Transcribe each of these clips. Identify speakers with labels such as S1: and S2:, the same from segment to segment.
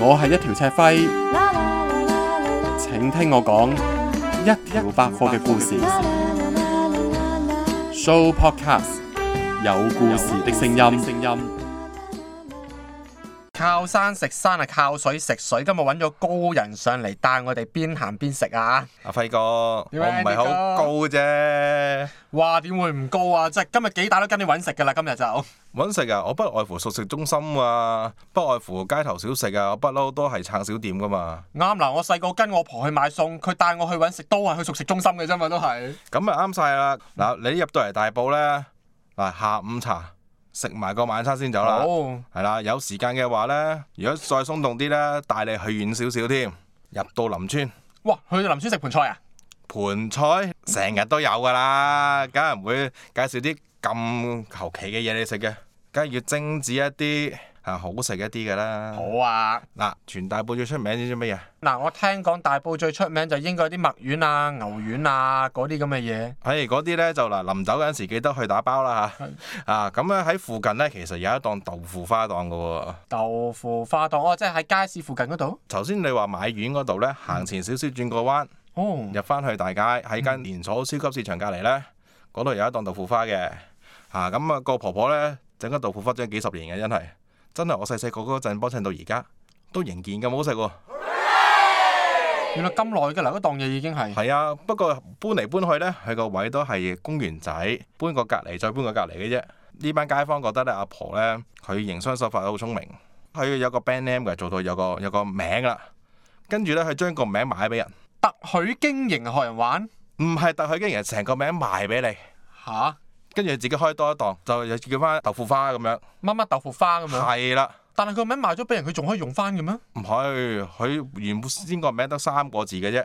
S1: 我係一條赤輝，請聽我講一條百貨嘅故事。Show Podcast 有故事的聲音。
S2: 靠山食山啊，靠水食水。今日揾咗高人上嚟帶我哋邊行邊食啊！
S3: 阿輝哥，我唔
S2: 點啊
S3: 係好
S2: Andy 哥
S3: 高啫，
S2: 哇，點會唔高啊？即係今日幾大都跟你揾食㗎啦，今日就。
S3: 揾食啊！我不外乎熟食中心啊，不外乎街頭小食啊，我不嬲都係撐小店噶嘛。
S2: 啱啦！我細個跟我婆去買餸，佢帶我去揾食都係去熟食中心嘅啫嘛，都係。
S3: 咁咪啱晒啦！嗱，你入到嚟大埔呢，嗱下午茶食埋個晚餐先走啦，
S2: 好，
S3: 係啦。有時間嘅話呢，如果再鬆動啲呢，帶你去遠少少添，入到林村。
S2: 哇！去林村食盤菜啊？
S3: 盤菜成日都有噶啦，梗係唔會介紹啲咁求其嘅嘢你食嘅，梗係要精緻一啲啊，好食一啲噶啦。
S2: 好啊！
S3: 嗱，全大埔最出名知唔知乜嘢？
S2: 嗱，我聽講大埔最出名就應該係啲墨丸啊、牛丸啊嗰啲咁嘅嘢。
S3: 唉，嗰啲呢，就嗱，臨走嗰陣時記得去打包啦嚇。啊，咁咧喺附近呢，其實有一檔豆腐花檔嘅喎。
S2: 豆腐花檔哦，即係喺街市附近嗰度。
S3: 頭先你話買丸嗰度呢，行前少少轉個彎，
S2: 哦，
S3: 入翻去大街喺間連鎖超級市場隔離呢，嗰度有一檔豆腐花嘅。啊，咁啊個婆婆呢，整個豆腐花整咗幾十年嘅，真係真係我細細個嗰陣幫襯到而家，都仍然咁好食喎。
S2: 原來咁耐㗎啦，嗰檔嘢已經係。
S3: 係啊，不過搬嚟搬去呢，佢個位都係公園仔，搬個隔離再搬個隔離嘅啫。呢班街坊覺得咧，阿婆呢，佢營商手法好聰明，佢有個 band name 嘅，做到有個有個名啦。跟住呢，佢將個名賣俾人，
S2: 特許經營學人玩
S3: 唔係特許經營，成個名賣俾你。
S2: 吓，
S3: 跟住自己開多一檔，就又叫翻豆腐花咁樣。
S2: 乜乜豆腐花咁樣。
S3: 係啦，
S2: 但係佢個名賣咗俾人，佢仲可以用翻嘅咩？
S3: 唔係佢原本先個名得三個字嘅啫，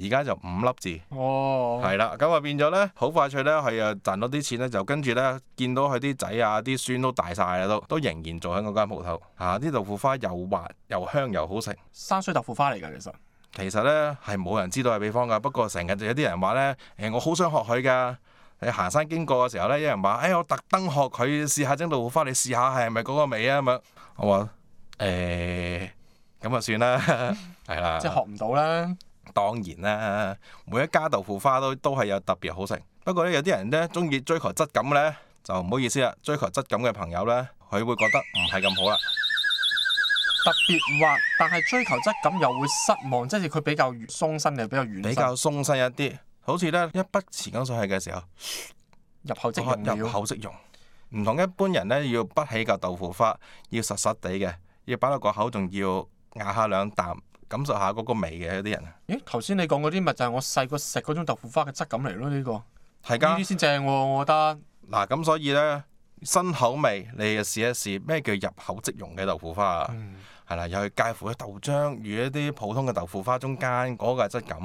S3: 而家就五粒字。
S2: 哦，
S3: 係啦，咁啊變咗咧，好快脆咧，佢又賺到啲錢咧，就跟住咧，見到佢啲仔啊、啲孫都大晒啦，都都仍然做喺嗰間鋪頭嚇，啲、豆腐花又滑又香又好食。
S2: 山水豆腐花嚟㗎，其實。
S3: 其實咧係冇人知道係秘方㗎，不過成日就有啲人話咧，誒、我好想學佢㗎。你行山經過嘅時候咧，有人話：，誒、我特登學佢試下蒸豆腐花，你試下係咪嗰個味啊？咁樣我話誒，咁啊算啦，係啦，
S2: 即係學唔到啦。
S3: 當然啦，每一家豆腐花都都係有特別好食。不過咧，有啲人咧中意追求質感咧，就唔好意思啦。追求質感嘅朋友咧，佢會覺得唔係咁好啦。
S2: 特別滑，但係追求質感又會失望，即係佢比較鬆身定比較軟身
S3: 比較鬆身一啲，好似咧一筆匙羹上去嘅時候，
S2: 入口即溶
S3: 哦入入
S2: 料。
S3: 口即溶。唔同一般人咧，要畢起嚿豆腐花，要實實地嘅，要擺落個口，仲要咬下兩啖，感受下嗰個味嘅有啲人啊
S2: 咦？頭先你講嗰啲咪就係我細個食嗰種豆腐花嘅質感嚟咯？呢、個呢
S3: 係㗎。
S2: 啲先正喎，我覺得。
S3: 嗱，咁所以呢，新口味你就試一試咩叫入口即溶嘅豆腐花啊，
S2: 嗯
S3: 係啦、又去介乎喺豆漿與一啲普通嘅豆腐花中間嗰、個質感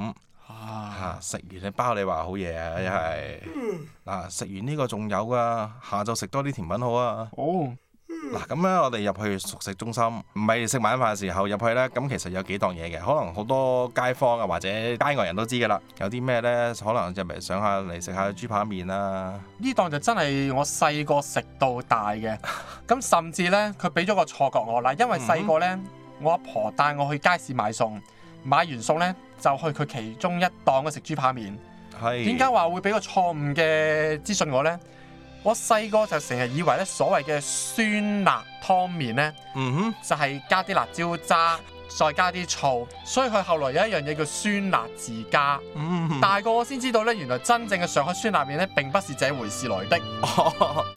S2: 啊，
S3: 啊，食完你包你話好嘢啊，一係
S2: 嗯
S3: 嗱食完呢個仲有啊，下晝食多啲甜品好啊。
S2: 哦，
S3: 嗱咁咧，我哋入去熟食中心，唔係食晚飯時候入去呢。咁其實有幾檔嘢嘅，可能好多街坊啊或者街外人都知㗎啦。有啲咩呢？可能就咪上下嚟食下豬扒啊面啦、
S2: 呢檔就真係我細個食到大 嘅，咁甚至呢，佢俾咗個錯覺我啦，因
S3: 嗯
S2: 為細個呢，我阿婆帶我去街市買餸，買完餸呢，就去佢其中一檔嗰食豬扒面。
S3: 係
S2: 點解話會俾個錯誤嘅資訊我呢？我細個就成日以為咧所謂嘅酸辣湯面呢，
S3: 嗯哼。
S2: 就係、加啲辣椒渣，再加啲醋，所以佢後來有一樣嘢叫酸辣自家。
S3: 嗯，
S2: 大個我先知道呢，原來真正嘅上海酸辣面呢，並不是這回事來的。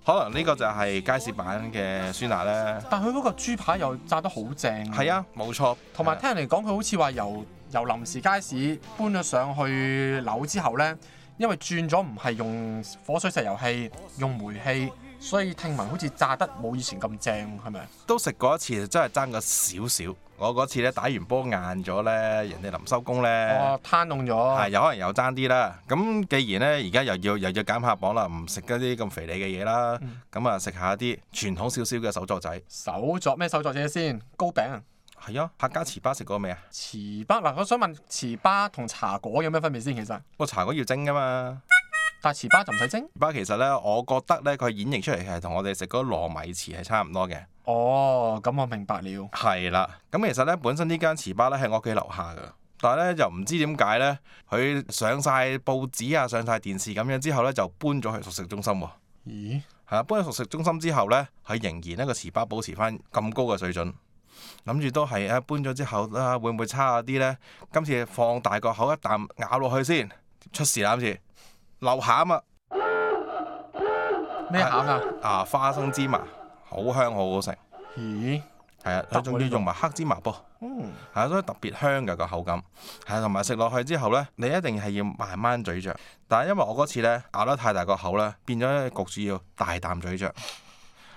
S3: 可能呢個就係街市版嘅酸辣咧。
S2: 但佢嗰個豬扒又炸得好正，
S3: 係，啊，冇錯。
S2: 嗯同埋聽人嚟講，佢好似話由由臨時街市搬咗上去樓之後呢，因為轉咗唔係用火水石油氣，用煤氣，所以聽聞好似炸得冇以前咁正，係咪？
S3: 都食過一次，真係爭咗少少。我嗰次咧打完波晏咗咧，人哋臨收工咧，
S2: 哦，攤凍
S3: 係
S2: 咗，
S3: 有可能有爭啲啦。咁既然咧而家又要又要減下磅啦，唔食嗰啲咁肥膩嘅嘢啦，咁啊食下啲傳統少少嘅手作仔。
S2: 手作咩手作者先？糕餅啊，
S3: 係啊，客家糍粑食過未啊？
S2: 糍粑嗱，我想問糍粑同茶果有咩分別先？其實，
S3: 個茶果要蒸噶嘛。
S2: 但係糍粑就唔使蒸，
S3: 糍粑其實咧，我覺得咧佢演繹出嚟係同我哋食嗰糯米糍係差唔多嘅。
S2: 哦，咁我明白了。
S3: 係啦，咁其實咧本身呢間糍粑咧喺我屋企樓下噶，但係咧就唔知點解咧，佢上晒報紙啊，上晒電視咁樣之後咧就搬咗去熟食中心喎。
S2: 咦？
S3: 係啦，搬咗熟食中心之後咧，佢仍然呢個糍粑保持翻咁高嘅水準，諗住都係啊搬咗之後啊會唔會差下啲咧？今次放大個口一啖咬落去先，出事啦今次，漏餡啊！
S2: 咩餡啊？
S3: 啊花生芝麻好香好好食，
S2: 咦？
S3: 係啊，佢仲要用埋黑芝麻噃。
S2: 嗯，
S3: 係所以特別香嘅個口感，係同埋食落去之後呢，你一定係要慢慢咀嚼。但係因為我嗰次呢，咬得太大個口呢，變咗焗住要大啖咀嚼，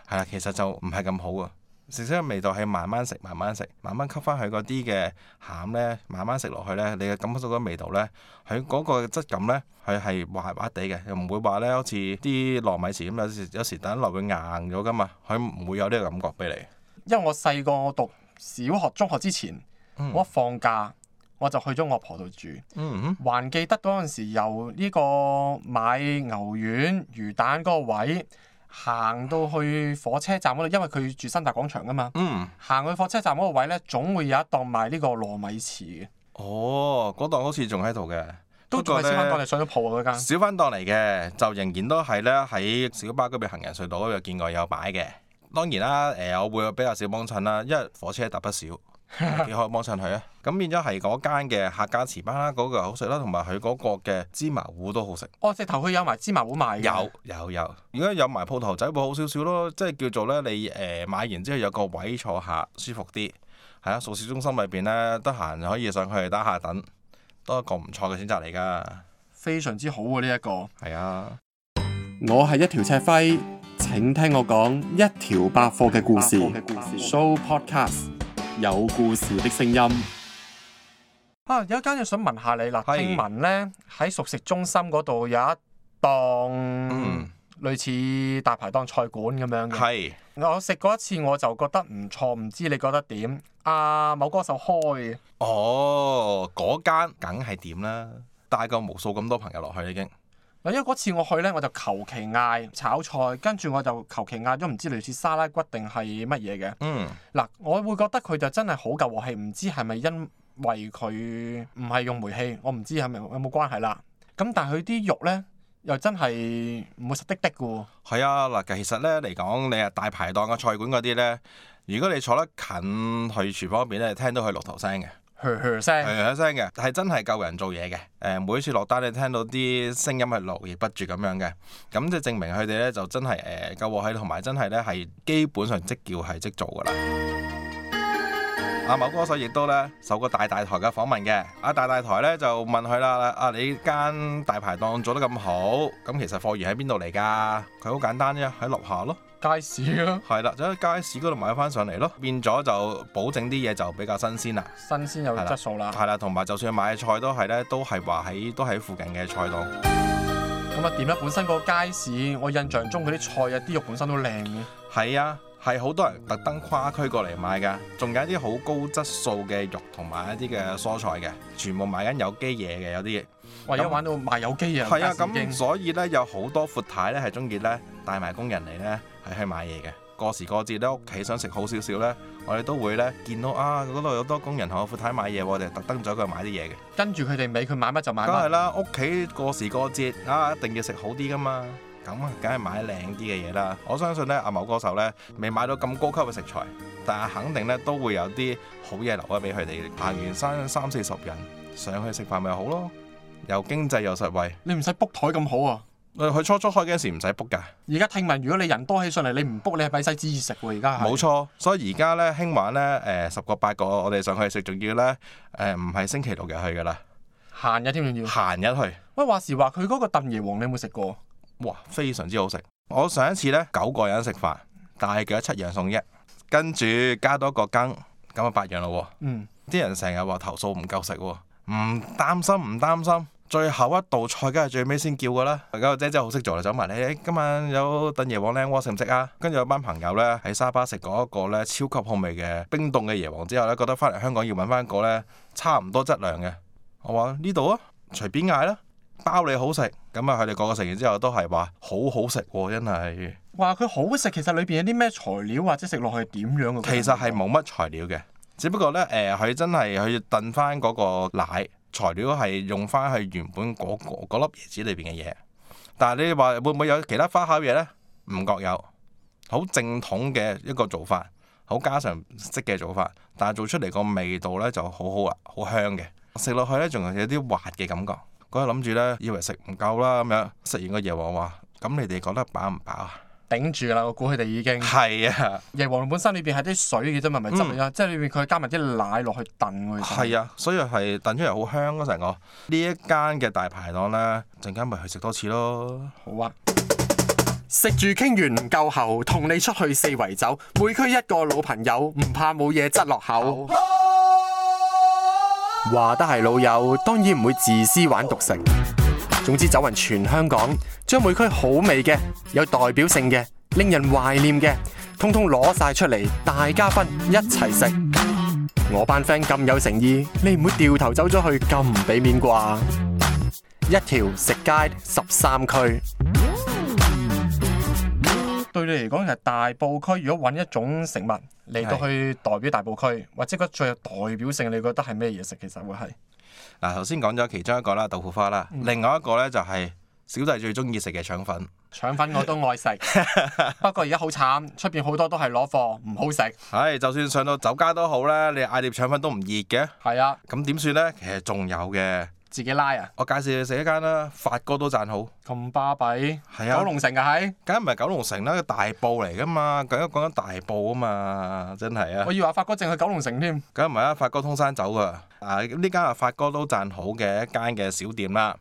S3: 係啦，其實就唔係咁好啊。食出嘅味道係慢慢食，慢慢食，慢慢吸翻佢嗰啲嘅餡呢，慢慢食落去呢，你嘅感受到嘅味道呢，佢嗰個質感呢，佢係滑滑地嘅，又唔會話呢好似啲糯米糍咁有時有時等落去硬咗噶嘛，佢唔會有呢個感覺俾你。
S2: 因為我細個我讀小學、中學之前，
S3: 嗯
S2: 我一放假我就去咗我婆度住。
S3: 嗯嗯
S2: 還記得嗰陣時，由呢個買牛丸、魚蛋嗰個位行到去火車站嗰度，因為佢住新大廣場噶嘛。
S3: 嗯。
S2: 行去火車站嗰個位呢，總會有一檔賣呢個糯米糍嘅，
S3: 哦，嗰檔好似仲喺度嘅，
S2: 都
S3: 不
S2: 仲
S3: 過
S2: 係小販檔
S3: 呢
S2: 你上咗鋪啊嗰間。
S3: 小販檔嚟嘅，就仍然都係咧喺小巴嗰邊行人隧道嗰度見過有擺嘅。當然啦，誒、我會比較少幫襯啦，因為火車搭得少，幾可以幫襯佢啊。咁變咗係嗰間嘅客家糍粑啦，嗰、個好食啦，同埋佢嗰個嘅芝麻糊都好食。
S2: 哦，直頭佢有埋芝麻糊賣嘅。
S3: 有有有，如果有埋鋪頭仔會好少少咯，即係叫做咧你誒、呃買完之後有個位坐下舒服啲，係啊，熟市中心裏邊咧得閒可以上去打下等，都係一個唔錯嘅選擇嚟㗎，
S2: 非常之好嘅呢一個。
S3: 係啊，
S1: 我係一條赤輝，請聽我講一條百貨嘅故事。
S2: 百貨嘅故事
S1: Show podcast 有故事的聲音。
S2: 啊，有一間嘢想問下你啦，
S3: 係
S2: 聽聞呢，喺熟食中心嗰度有一檔、
S3: 嗯，
S2: 類似大排檔菜館咁樣嘅。
S3: 係
S2: 我食過一次我就覺得唔錯，唔知你覺得點？啊，某歌手開嘅，
S3: 哦，嗰間梗係點啦，帶過無數咁多朋友落去已經，
S2: 嗱，因為嗰次我去呢，我就求其嗌炒菜，跟住我就求其嗌咗唔知類似沙拉骨定係乜嘢嘅。
S3: 嗯，
S2: 嗱，我會覺得佢就真係好夠鑊氣，唔知係咪因為佢唔係用煤氣，我唔知係咪有冇關係啦。咁但係佢啲肉呢，又真係唔會實滴滴嘅喎。
S3: 係啊，嗱，其實咧嚟講，你係大排檔嘅菜館嗰啲咧，如果你坐得近去廚房嗰邊咧，聽到佢爐頭聲嘅。
S2: 噓噓聲，
S3: 係一聲嘅，係真係救人做嘢嘅。誒、每次落單你聽到啲聲音係絡繹不絕咁樣嘅，咁即係證明佢哋咧就真係誒、救火喺度，同埋真係咧係基本上即叫係即做㗎啦。阿某歌手亦都咧受過大大台嘅訪問嘅，阿大大台咧就問佢啦：啊，你間大排檔做得咁好，咁其實貨源喺邊度嚟㗎？佢好簡單啫，喺樓下咯，
S2: 街市咯，
S3: 係啦，就喺街市嗰度買翻上嚟咯，變咗就保證啲嘢就比較新鮮啦。
S2: 新鮮有
S3: 係啦
S2: 質素啦。
S3: 係啦，同埋就算買菜都係咧，都係話喺都喺附近嘅菜檔。
S2: 咁啊點咧？本身個街市，我印象中佢啲菜啊，啲肉本身都靚嘅。
S3: 係啊，係好多人特登跨區過嚟買㗎，仲有一啲好高質素嘅肉同埋一啲嘅蔬菜嘅，全部買緊有機嘢嘅有啲嘢。
S2: 哇！而家玩到賣有機啊，
S3: 係啊，
S2: 街市已經
S3: 咁所以咧有好多闊太咧係中意咧帶埋工人嚟咧係去買嘢嘅。過時過節咧，屋企想食好少少咧，我哋都會咧見到啊嗰度有多工人同我闊太買嘢喎，我哋特登走過去買啲嘢嘅。
S2: 跟住佢哋尾，佢買乜就買
S3: 梗係
S2: 乜。
S3: 啦，屋企過時過節啊，一定要食好啲噶嘛。咁啊，梗係買靚啲嘅嘢啦。我相信呢，阿某歌手呢，未買到咁高級嘅食材，但係肯定呢，都會有啲好嘢留咗俾佢哋。行完山三四十人上去食飯咪好咯，又經濟又實惠。
S2: 你唔使 book 台咁好啊！
S3: 誒佢初初開嘅時唔使 book 㗎，
S2: 而家聽聞，如果你人多起上嚟，你唔 book 你係咪使旨意食喎？而家係
S3: 冇錯。所以而家呢，興玩呢，誒十個八個，我哋上去食，仲要呢，誒唔係星期六日去㗎啦，
S2: 閒嘅添仲要。
S3: 閒日去。
S2: 喂，話時話佢嗰個燉椰皇，你有冇食過？
S3: 哇，非常之好食。我上一次呢，九個人食飯，但係叫咗七樣餸啫，跟住加多個羹，咁啊八樣咯
S2: 嗯，
S3: 喎。啲人成日話投訴唔夠食喎，唔擔心唔擔心，最後一道菜梗係最尾先叫噶啦。嗰個姐姐好識做啦，走埋嚟，欸今晚有燉椰皇靚鍋食唔食啊？跟住有班朋友呢，喺沙巴食過一個呢超級好味嘅冰凍嘅椰皇之後呢，覺得翻嚟香港要揾翻個呢差唔多質量嘅。我話呢度啊，隨便嗌啦。包你好食，咁啊佢哋個個食完之後都係話好好食喎，真係。
S2: 話佢好食，其實裏邊有啲咩材料或者食落去係點樣嘅？
S3: 其實係冇乜材料嘅，只不過咧誒，佢、真係佢燉翻嗰個奶材料係用翻佢原本嗰嗰嗰粒椰子裏邊嘅嘢。但係你話會唔會有其他花巧嘢咧？唔覺有，好正統嘅一個做法，好家常式嘅做法，但係做出嚟個味道咧就好好啊，好香嘅，食落去咧仲有啲滑嘅感覺。嗰日諗住咧，以為食唔夠啦咁樣，食完個椰王話：咁你哋覺得飽唔飽啊？
S2: 頂住啦，我估佢哋已經。
S3: 係啊。
S2: 椰皇本身裏邊係啲水嘅啫嘛，咪汁嚟啦，即係裏邊佢加埋啲奶落去燉佢。
S3: 係啊，所以係燉出嚟好香咯成個。呢一間嘅大排檔咧，陣間咪去食多次咯。
S2: 好啊，
S1: 食住傾完唔夠喉，同你出去四圍走，每區一個老朋友，唔怕冇嘢質落口。話得係老友，當然唔會自私玩獨食。總之走勻全香港，將每區好味嘅、有代表性嘅、令人懷念嘅，通通攞晒出嚟，大家分一齊食。我班 friend 咁有誠意，你唔會掉頭走咗去咁唔俾面啩？一條食街十三區。
S2: 對你嚟講其實大埔區，如果揾一種食物嚟到去代表大埔區，或者個最有代表性，你覺得係咩嘢食？其實會係
S3: 嗱，頭先講咗其中一個啦，豆腐花啦，
S2: 嗯
S3: 另外一個咧就係小弟最中意食嘅腸粉。
S2: 腸粉我都愛食， 不過而家好慘，出邊好多都係攞貨，唔好食。
S3: 唉，就算上到酒家都好啦，你嗌碟腸粉都唔熱嘅，
S2: 係啊，
S3: 咁點算咧？其實仲有嘅，
S2: 自己拉啊，
S3: 我介紹你食一間啦，發哥都讚好。
S2: 咁巴閉。
S3: 係啊
S2: 九龍城嘅係，
S3: 梗係唔係九龍城啦，大埔嚟噶嘛，梗係講緊大埔啊嘛，真係啊
S2: 我。以為阿發哥淨去九龍城添。
S3: 梗唔係啦，發哥通山走啊！啊，呢間啊發哥都賺好嘅一間嘅小店啦。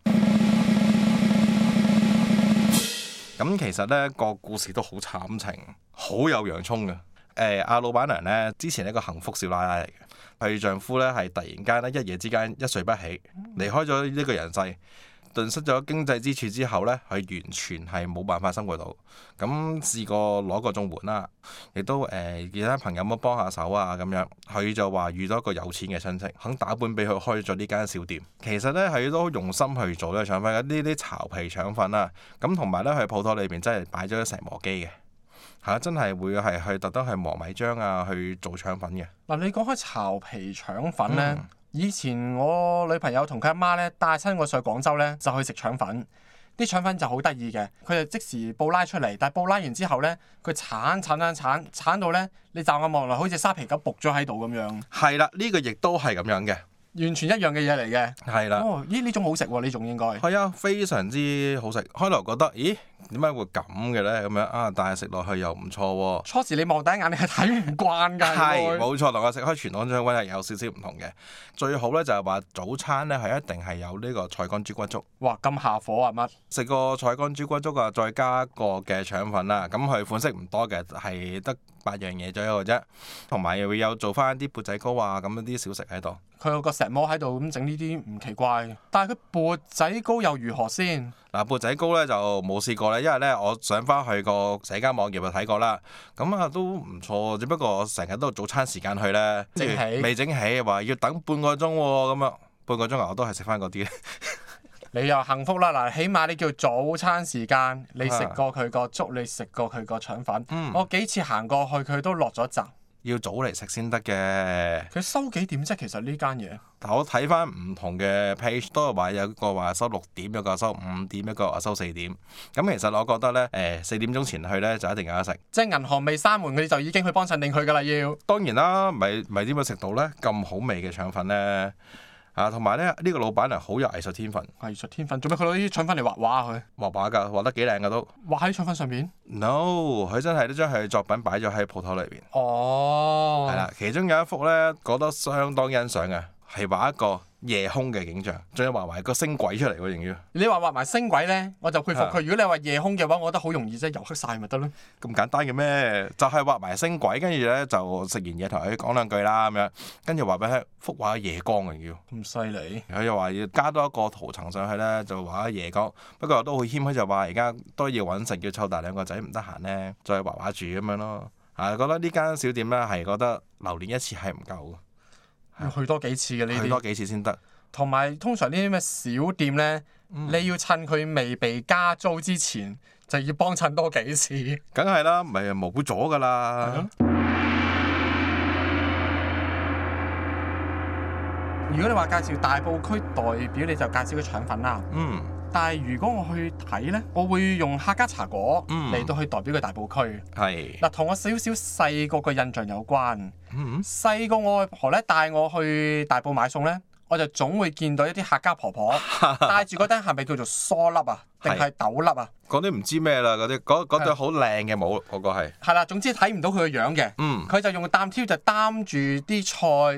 S3: 咁其實呢個故事都好慘情，好有洋葱嘅。誒、阿老闆娘呢，之前係一個幸福少奶奶嚟嘅，佢丈夫呢係突然間呢，一夜之間一睡不起，離開咗呢個人世，頓失咗經濟支柱之後呢，佢完全係冇辦法生活到。咁試過攞個綜援啦，亦都誒其他朋友咁幫下手啊咁樣，佢就話遇到一個有錢嘅親戚，肯打本俾佢開咗呢間小店。其實咧佢都好用心去做呢個腸粉，呢啲巢皮腸粉啦，啊咁同埋咧佢鋪頭裏邊真係擺咗成磨機嘅，係啊，真係會係去特登去磨米漿啊，去做腸粉嘅。
S2: 嗱，你講開巢皮腸粉咧，
S3: 嗯
S2: 以前我女朋友同佢阿媽咧帶親我上廣州咧，就去食腸粉。啲腸粉就好得意嘅，佢就即時布拉出嚟，但係布拉完之後咧，佢鏟鏟鏟鏟鏟到咧，你驟眼望落好似沙皮狗仆咗喺度咁樣，
S3: 係啦，呢個亦都係咁樣嘅，
S2: 完全一樣嘅嘢嚟嘅。
S3: 係啦。
S2: 哦，咦呢種好食喎，呢種應該
S3: 係啊，非常之好食。開頭覺得，咦，點解會咁嘅咧？咁樣啊，但係食落去又唔錯喎、
S2: 初時你望第一眼你係睇唔慣㗎，
S3: 係
S2: 應該
S3: 冇錯，同我食開全港腸粉係有少少唔同嘅。最好咧就係話早餐咧係一定係有呢個菜乾豬骨粥，
S2: 哇咁下火啊乜？
S3: 食個菜乾豬骨粥啊，再加個嘅腸粉啦。咁佢款式唔多嘅，係得八樣嘢左右嘅啫。同埋又會有做翻啲缽仔糕啊，咁啲小食喺度。
S2: 佢有個石磨喺度咁整呢啲唔奇怪，但係佢缽仔糕又如何先？
S3: 嗱，缽仔糕咧就冇試過咧，因為咧我上翻去個社交網頁就睇過啦，咁啊都唔錯，只不過我成日都早餐時間去咧，
S2: 整起
S3: 跟住未整起，話要等半個鐘喎，咁啊半個鐘啊，我都係食翻嗰啲。
S2: 你又幸福啦！嗱，起碼你叫早餐時間，你食過佢個粥，你食過佢個腸粉。
S3: 嗯
S2: 我幾次行過去，佢都落咗閘。
S3: 要早嚟食先得嘅。
S2: 佢收幾點啫？其實呢間嘢
S3: 但我睇翻唔同嘅 page 都係話有個話收六點，有個收五點，一個話收四點。咁其實我覺得呢，誒四點鐘前去呢，就一定有得食。
S2: 即係銀行未閂門，佢就已經去幫襯定佢㗎啦。要
S3: 當然啦，咪咪點會食到呢咁好味嘅腸粉呢？啊，同埋呢，呢、個老闆娘好有藝術天分，
S2: 藝術天分，做咩佢攞啲腸粉嚟畫畫啊
S3: 畫畫㗎，畫得幾靚㗎都。
S2: 佢畫喺腸粉上面。
S3: No，佢真係都將佢嘅作品擺咗喺鋪頭裏邊。
S2: 哦，
S3: 係啦，其中有一幅咧，覺得相當欣賞嘅，係畫一個夜空嘅景象，仲要畫埋個星軌出嚟喎，仲要
S2: 你話畫埋星軌咧，我就佩服
S3: 啊
S2: 佢。如果你話夜空嘅話，我覺得好容易啫，油黑晒咪得咯。
S3: 咁簡單嘅咩？就係、畫埋星軌，跟住咧就食完嘢同佢講兩句啦咁樣，跟住話俾佢聽幅畫有夜光嘅要。
S2: 咁犀利，
S3: 佢又話要加多一個圖層上去咧，就畫夜光。不過都好謙虛，就話而家都要揾食，要湊大兩個仔，唔得閒咧，再畫畫住咁樣咯。啊，覺得呢間小店咧係覺得留連一次係唔夠嘅
S2: 要去多幾次嘅呢
S3: 去
S2: 啲
S3: 多。幾次先得。
S2: 同埋通常呢啲咩小店咧，你要趁佢未被加租之前，就要幫襯多幾次。
S3: 梗係啦，咪無辜咗㗎啦。
S2: 如果你話介紹大埔區代表，你就介紹個腸粉啦。
S3: 嗯，
S2: 但係如果我去睇呢，我會用客家茶果
S3: 嗯
S2: 嚟到去代表佢大埔區。
S3: 係。
S2: 嗱，同我少少細個嘅印象有關。
S3: 嗯
S2: 細個我外婆咧帶我去大埔買餸呢，我就總會見到一啲客家婆婆帶住嗰頂係咪叫做梳粒啊，定係斗笠啊？
S3: 嗰啲唔知咩啦，嗰啲嗰嗰對好靚嘅帽，嗰個係。
S2: 係啦，總之睇唔到佢嘅樣嘅。
S3: 嗯
S2: 佢就用擔挑就擔住啲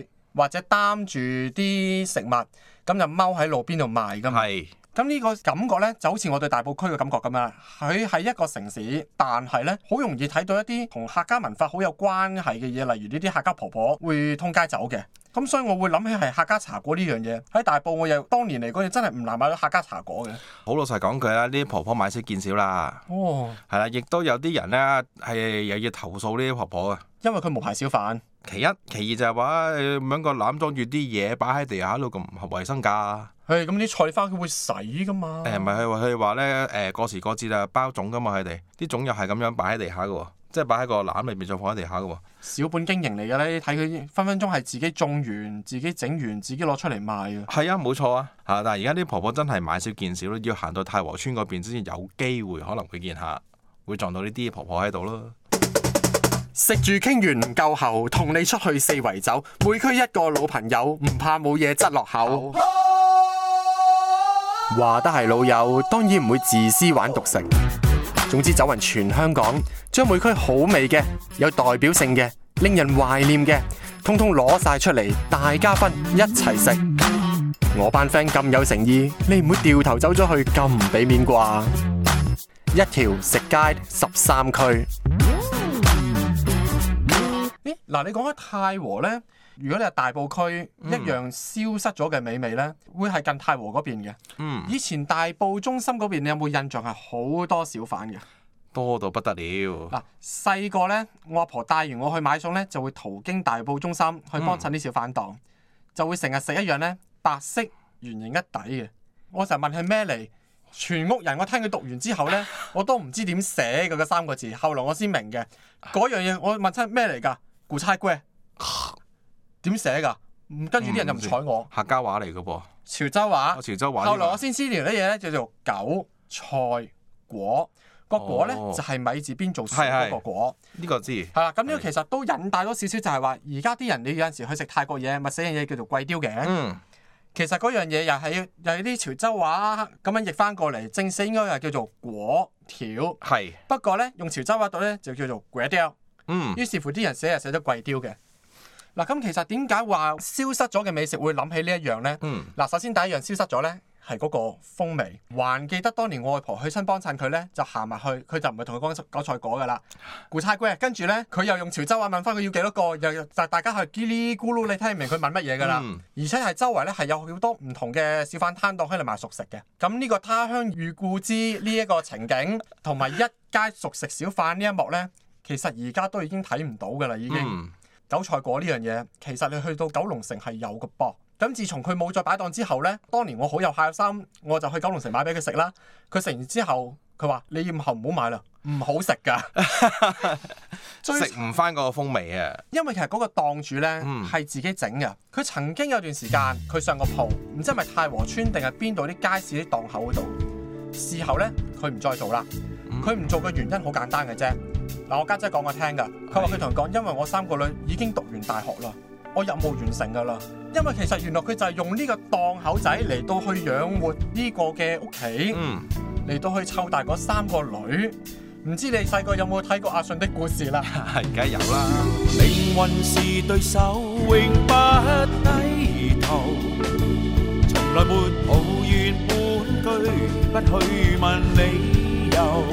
S2: 菜或者擔住啲食物，咁就踎喺路邊度賣㗎嘛。
S3: 係。
S2: 咁呢個感覺呢，就好似我對大埔區嘅感覺咁樣啦。佢係一個城市，但係呢，好容易睇到一啲同客家文化好有關係嘅嘢，例如呢啲客家婆婆會通街走嘅。咁所以我會諗起係客家茶果呢樣嘢。喺大埔我又當年嚟講，又真係唔難買到客家茶果嘅。
S3: 好老實講句啦，呢啲婆婆買少見少啦，
S2: 哦，
S3: 係啦，亦都有啲人咧係又要投訴呢啲婆婆啊。
S2: 因為佢無牌小販。
S3: 其一，其二就係話誒咁樣個攬裝住啲嘢擺喺地下度咁唔合衞生㗎。
S2: 誒，咁啲菜翻屋企會洗㗎嘛？
S3: 誒唔係佢話佢話咧誒過時過節啊包粽㗎嘛佢哋啲粽又係咁樣擺喺地下嘅喎，即係擺喺個籃裏面再放喺地下嘅喎。
S2: 小本經營嚟嘅咧，睇佢分分鐘係自己種完、自己整完、自己攞出嚟賣嘅。
S3: 係啊，冇錯啊嚇！但係而家啲婆婆真係買少見少咯，要行到太和村嗰邊先至有機會可能會見下，會撞到呢啲婆婆喺度咯。
S1: 食住傾完唔夠喉，同你出去四圍走，每區一個老朋友，唔怕冇嘢質落口。話得係老友，當然唔會自私玩獨食。總之走勻全香港，將每區好味嘅、有代表性嘅、令人懷念嘅，通通攞晒出嚟，大家分一齊食。我班 friend 咁有誠意，你唔會掉頭走咗去咁唔俾面啩？一條食街十三區。
S2: 咦，嗱，你講開太和咧，如果你係大埔區、一樣消失咗嘅美味咧，會係近太和嗰邊嘅。
S3: 嗯，
S2: 以前大埔中心嗰邊，你有冇印象係好多小販嘅？
S3: 多到不得了。
S2: 嗱，細個咧，我阿婆帶完我去買餸咧，就會途經大埔中心去幫襯啲小販
S3: 嗯
S2: 檔，就會成日食一樣咧白色圓形一底嘅。我成日問佢咩嚟，全屋人我聽佢讀完之後 咧，我都唔知點寫佢嗰三個字，後來我先明嘅。嗰樣嘢我問親咩嚟㗎？古猜龜點寫㗎？唔跟住啲人就唔睬我。
S3: 客家話嚟嘅噃，
S2: 潮州話
S3: 我。嗯潮州話啊呢個。
S2: 後來我先知條呢嘢咧叫做韭菜果，個果咧
S3: 哦
S2: 就係米字邊做樹
S3: 係係
S2: 嗰個果。
S3: 呢個知。
S2: 係啦，咁呢個
S3: 係
S2: 其實都引帶咗少少，就係話而家啲人你有陣時去食泰國嘢，咪寫樣嘢叫做貴雕嘅。
S3: 嗯，
S2: 其實嗰樣嘢又係又係啲潮州話咁樣譯翻過嚟，正寫應該係叫做果條。
S3: 係。
S2: 不過咧，用潮州話讀咧就叫做貴雕。
S3: 嗯，
S2: 於是乎啲人寫啊係寫咗貴雕嘅。嗱，咁其實點解話消失咗嘅美食會諗起呢一樣咧？
S3: 嗯，
S2: 嗱，首先第一樣消失咗咧。係嗰個風味，還記得當年我外婆去親幫襯佢咧，就行埋去，佢就唔係同佢講韭菜果噶啦，估差龜。啊跟住咧，佢又用潮州話問翻佢要幾多個，又又大大家係叽哩咕嚕，你聽唔明佢問乜嘢噶啦。
S3: 嗯
S2: 而且係周圍咧係有好多唔同嘅小販攤檔喺度賣熟食嘅。咁呢個他鄉遇故知呢一個情景，同埋一街熟食小販呢一幕咧，其實而家都已經睇唔到噶啦，已經。
S3: 嗯，
S2: 韭菜果呢樣嘢，其實你去到九龍城係有嘅噃。咁自從佢冇再擺檔之後呢，當年我好有孝心，我就去九龍城買俾佢食啦。佢食完之後，佢話：你以後唔好買啦，唔好食㗎。最
S3: 食唔翻嗰個風味啊！
S2: 因為其實嗰個檔主呢
S3: 嗯
S2: 係自己整嘅，佢曾經有段時間佢上個鋪，唔知係咪太和村定係邊度啲街市啲檔口嗰度。事後呢，佢唔再做啦。
S3: 嗯
S2: 佢唔做嘅原因好簡單嘅啫。嗱，我家姐講我聽㗎，佢話佢同人講，因為我三個女已經讀完大學啦，我任務完成㗎啦。因為其實原來佢就係用呢個檔口仔嚟到去養活呢個嘅屋企，
S3: 嗯，
S2: 嚟到去湊大嗰三個女。唔知你細個有冇睇過阿信的故事啦？
S3: 係， 梗係有啦。
S4: 命運是對手，永不低頭。從來沒抱怨半句，不去問理由。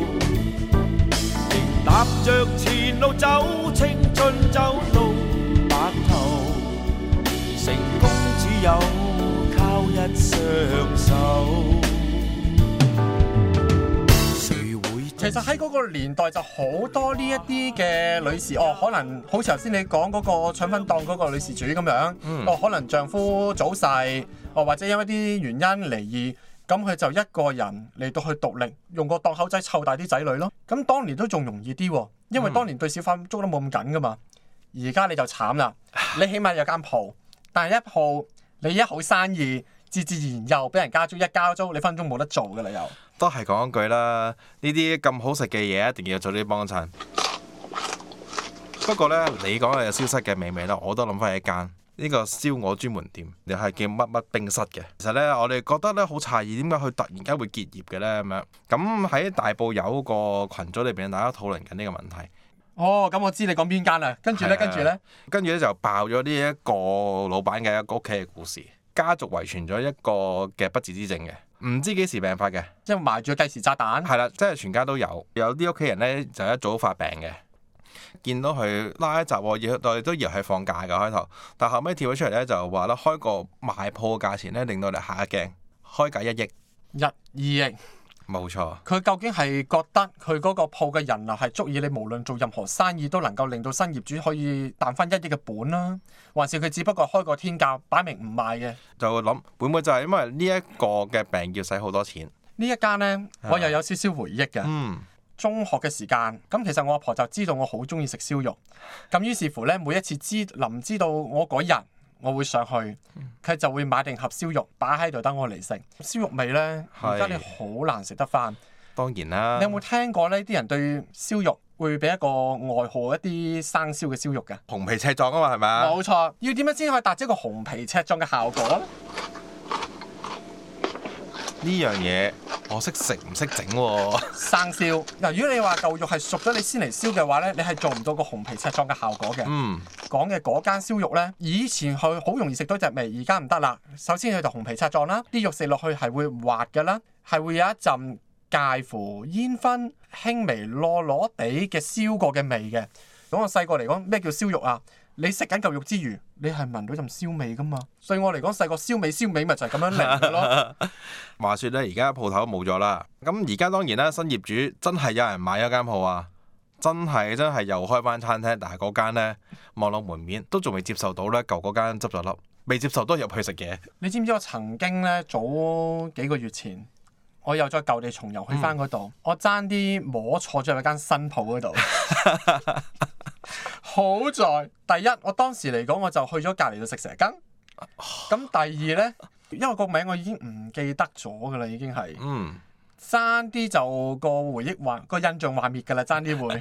S4: 仍踏着前路走，青春走到白頭。成功只有靠一雙手。谁會真
S2: 其實喺嗰個年代就好多呢一啲嘅女士，哦，可能好似頭先你講嗰個腸粉檔嗰個女事主咁樣，
S3: 嗯
S2: 哦，可能丈夫早逝，哦，或者因為啲原因離異，咁佢就一個人嚟到去獨力，用個檔口仔湊大啲仔女咯。咁當年都仲容易啲喎，因為當年對小販捉得冇咁緊噶嘛。而家你就慘啦，你起碼有間鋪，但係一鋪你一好生意，自自然又俾人加租，一加租你分分鐘冇得做噶啦又。
S3: 都係講一句啦，呢啲咁好食嘅嘢一定要早啲幫襯。不過呢，你講嘅消失嘅美味呢，我都諗翻一間呢個燒鵝專門店，又係叫乜乜冰室嘅。其實呢，我哋覺得呢好詫異，點解佢突然間會結業嘅呢？咁樣咁喺大埔有個群組裏邊，大家討論緊呢個問題。
S2: 哦，咁我知你講邊間啦。跟住咧，
S3: 係啊
S2: 跟住咧，
S3: 跟住咧就爆咗呢一個老闆嘅一個屋企嘅故事，家族遺傳咗一個嘅不治之症嘅，唔知幾時病發嘅，
S2: 即係埋住計時炸彈。
S3: 係啦，即係全家都有，有啲屋企人咧就一早發病嘅。見到佢拉一集，我以為我哋都以為係放假嘅開頭，但後尾跳咗出嚟咧就話啦，開個賣鋪嘅價錢咧令到你嚇一驚，開價一億，
S2: 日二型，
S3: 冇錯，
S2: 佢究竟係覺得佢嗰個鋪嘅人啊流係足以你無論做任何生意都能夠令到新業主可以賺翻一億嘅本啦，還是佢只不過開個天價，擺明唔賣嘅？
S3: 就諗會唔會就係因為呢一個嘅病要使好多錢？
S2: 呢一間呢，我又有少少回憶嘅。
S3: 嗯，
S2: 中學嘅時間，咁其實我阿婆就知道我好中意食燒肉，咁於是乎呢，每一次知臨知道我嗰日我會上去，
S3: 嗯
S2: 佢就會買定盒燒肉擺喺度等我嚟食。燒肉味呢，
S3: 係嗯
S2: 而家你好難食得翻。
S3: 當然啦。
S2: 你有冇聽過呢啲人對燒肉會俾一個外號一啲生燒嘅燒肉㗎？
S3: 紅皮赤壯啊嘛，係咪啊？
S2: 冇錯，要點樣先可以達至一個紅皮赤壯嘅效果呢？
S3: 呢樣嘢我識食唔識整喎，
S2: 生燒嗱，如果你話嚿肉係熟咗你先嚟燒嘅話呢，你係做唔到個紅皮赤壯嘅效果嘅。
S3: 嗯，
S2: 講嘅嗰間燒肉呢，以前佢好容易食到隻味，而家唔得啦。首先佢就紅皮擦狀啦，啲肉食落去係會滑嘅啦，係會有一陣介乎煙燻輕微攞攞地嘅燒過嘅味嘅。咁我細個嚟講，咩叫燒肉啊？你食緊嚿肉之餘，你係聞到陣燒味噶嘛？對我嚟講，細個燒味燒味咪就係咁樣嚟嘅咯。
S3: 話說咧，而家鋪頭冇咗啦，咁而家當然啦，新業主真係有人買咗間鋪啊，真係真係又開翻餐廳，但係嗰間呢，望落門面都仲未接受到咧，舊嗰間執咗笠，未接受都入去食嘢，
S2: 你知唔知我曾經呢，早幾個月前，我又再舊地重遊去翻嗰度，我爭啲摸錯咗入間新鋪嗰度。 好在第一，我當時嚟講我就去咗隔離度食蛇羹。咁第二呢，因為個名我已經唔記得咗㗎啦，已經係
S3: 嗯，
S2: 爭啲就個回憶幻個印象幻滅㗎啦，爭啲會。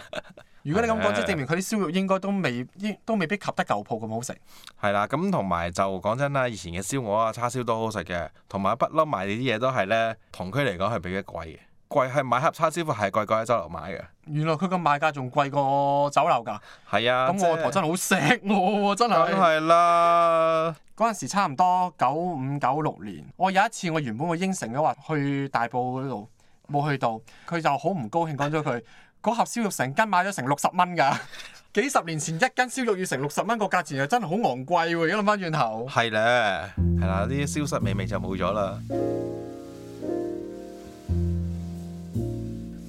S2: 如果你咁講，即係證明佢啲燒肉應該都未應都未必及得舊鋪咁好食。
S3: 係啦，咁同埋就講真啦，以前嘅燒鵝啊、叉燒都好食嘅，同埋不嬲賣啲嘢都係呢，同區嚟講係比較貴嘅，貴係買盒叉燒飯係貴過喺酒樓買嘅，
S2: 原來佢個賣價仲貴過酒樓㗎。
S3: 係啊，
S2: 咁我阿婆
S3: 即係
S2: 真係好錫我喎，真
S3: 梗
S2: 係。
S3: 係啦。
S2: 嗰陣時差唔多九五九六年，我有一次我原本我應承咗話去大埔嗰度，冇去到，佢就好唔高興講咗佢嗰盒燒肉成斤買咗成六十蚊㗎。 幾十年前一斤燒肉要成六十蚊，個價錢又真係好昂貴喎！而家諗翻轉頭，
S3: 係咧，係啦，呢啲消失美味就冇咗啦。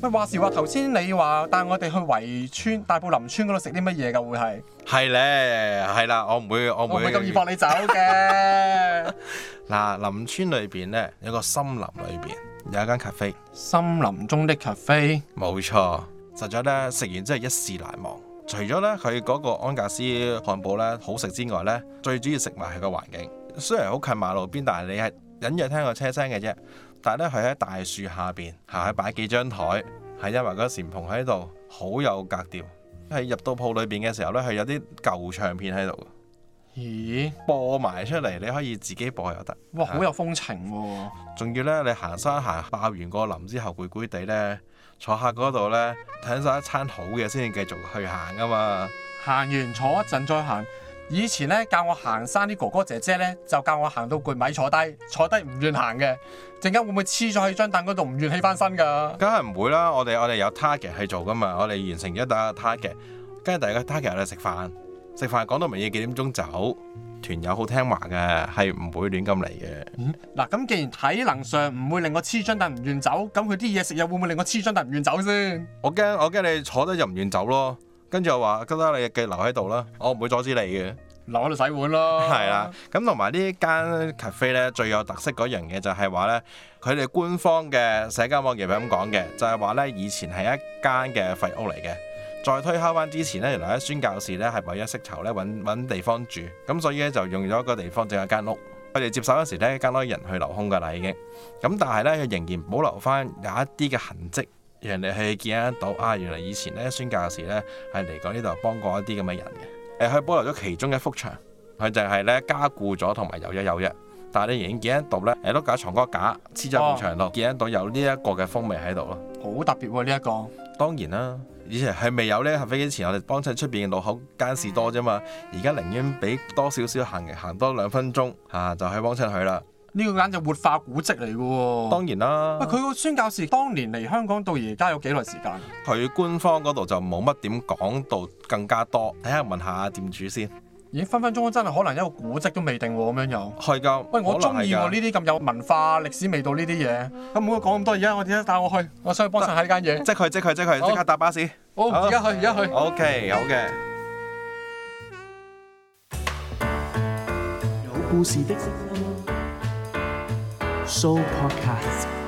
S2: 喂話時話頭先你話帶我哋去圍村大埔林村嗰度食啲乜嘢㗎？會係
S3: 係咧，係啦，我唔會，我唔
S2: 我唔
S3: 會。
S2: 會咁易放你走嘅。
S3: 嗱，林村裏邊咧有個森林裏邊有一間 cafe，
S2: 森林中的 cafe。
S3: 冇錯。實在咧食完真係一試難忘。除咗咧佢嗰個安格斯漢堡咧好食之外咧，最主要食埋佢個環境。雖然好近馬路邊，但係你係隱約聽到車聲嘅啫。但係咧佢喺大樹下邊下係擺幾張台，係因為嗰個簾篷喺度，好有格調。係入到鋪裏邊嘅時候咧，係有啲舊唱片喺度。
S2: 咦？
S3: 播埋出嚟，你可以自己播又得。
S2: 哇！好有風情喎、
S3: 仲要呢，你行山行爆完個林之後，攰攰地呢，坐下嗰度呢，睇晒一餐好嘅先至繼續去行啊嘛。
S2: 行完坐一陣再行。以前咧教我行山啲哥哥姐姐咧，就教我行到攰咪坐低，坐低唔願行嘅。陣間會唔會黐咗喺張凳嗰度唔願起翻身㗎？
S3: 梗係唔會啦，我哋我哋有 target 去做噶嘛，我哋完成咗第一個 target，跟住第二個 target 我哋食飯，食飯講到明要幾點鐘走，團友好聽話嘅，係唔會亂咁嚟嘅。
S2: 嗱，咁既然體能上唔會令我黐張凳唔願走，咁佢啲嘢食又會唔會令我黐張凳唔願走先？
S3: 我驚我驚你坐得入唔願走咯，跟住又話覺得你繼續留喺度啦，我唔會阻止你嘅。
S2: 留喺度洗碗咯。
S3: 係啦，咁同埋呢間 cafe 咧最有特色嗰樣嘢就係話咧，佢哋官方嘅社交網頁係咁講嘅，就係話咧以前係一間嘅廢屋嚟嘅。再推敲翻之前咧，原來咧宣教士咧係為咗釋囚咧揾揾地方住，咁所以咧就用咗個地方整咗間屋。佢哋接手嗰時咧，間屋有人去留空㗎啦已經。咁但係咧，佢仍然保留翻有一啲嘅痕跡，讓你去見得到啊！原來以前咧宣教士咧係嚟過呢度幫過一啲咁嘅人嘅。誒，佢保留咗其中一幅牆。佢就係咧加固咗同埋有一有一，但係你仍然見得到咧，誒碌架床嗰個架黐咗喺埲
S2: 哦
S3: 牆度，見得到有呢一個嘅風味喺度咯。
S2: 好特別喎呢一個。
S3: 當然啦，以前係未有呢核飛機前，我哋幫襯出邊嘅路口街市多啫嘛。而家寧願俾多少少行行多兩分鐘嚇、啊就去幫襯佢啦。
S2: 呢個簡直活化古蹟嚟嘅喎。
S3: 當然啦
S2: 哦喂，，佢個宣教士當年嚟香港到而家有幾耐時間？
S3: 佢官方嗰度就冇乜點講到更加多，睇下問下店主先。
S2: 已經分分鐘真係可能一個古蹟都未定喎，咁樣又。
S3: 係㗎，
S2: 喂，我
S3: 可能
S2: 中意
S3: 係㗎
S2: 喎呢啲咁有文化歷史味道呢啲嘢。咁唔好講咁多，而家我點解帶我去？我想去幫襯下呢間嘢。
S3: 即佢即佢即佢，即刻搭巴士。
S2: 好，
S3: 好
S2: 而家去，而家去。
S3: OK，好嘅。
S5: 有故事的 Show Podcast。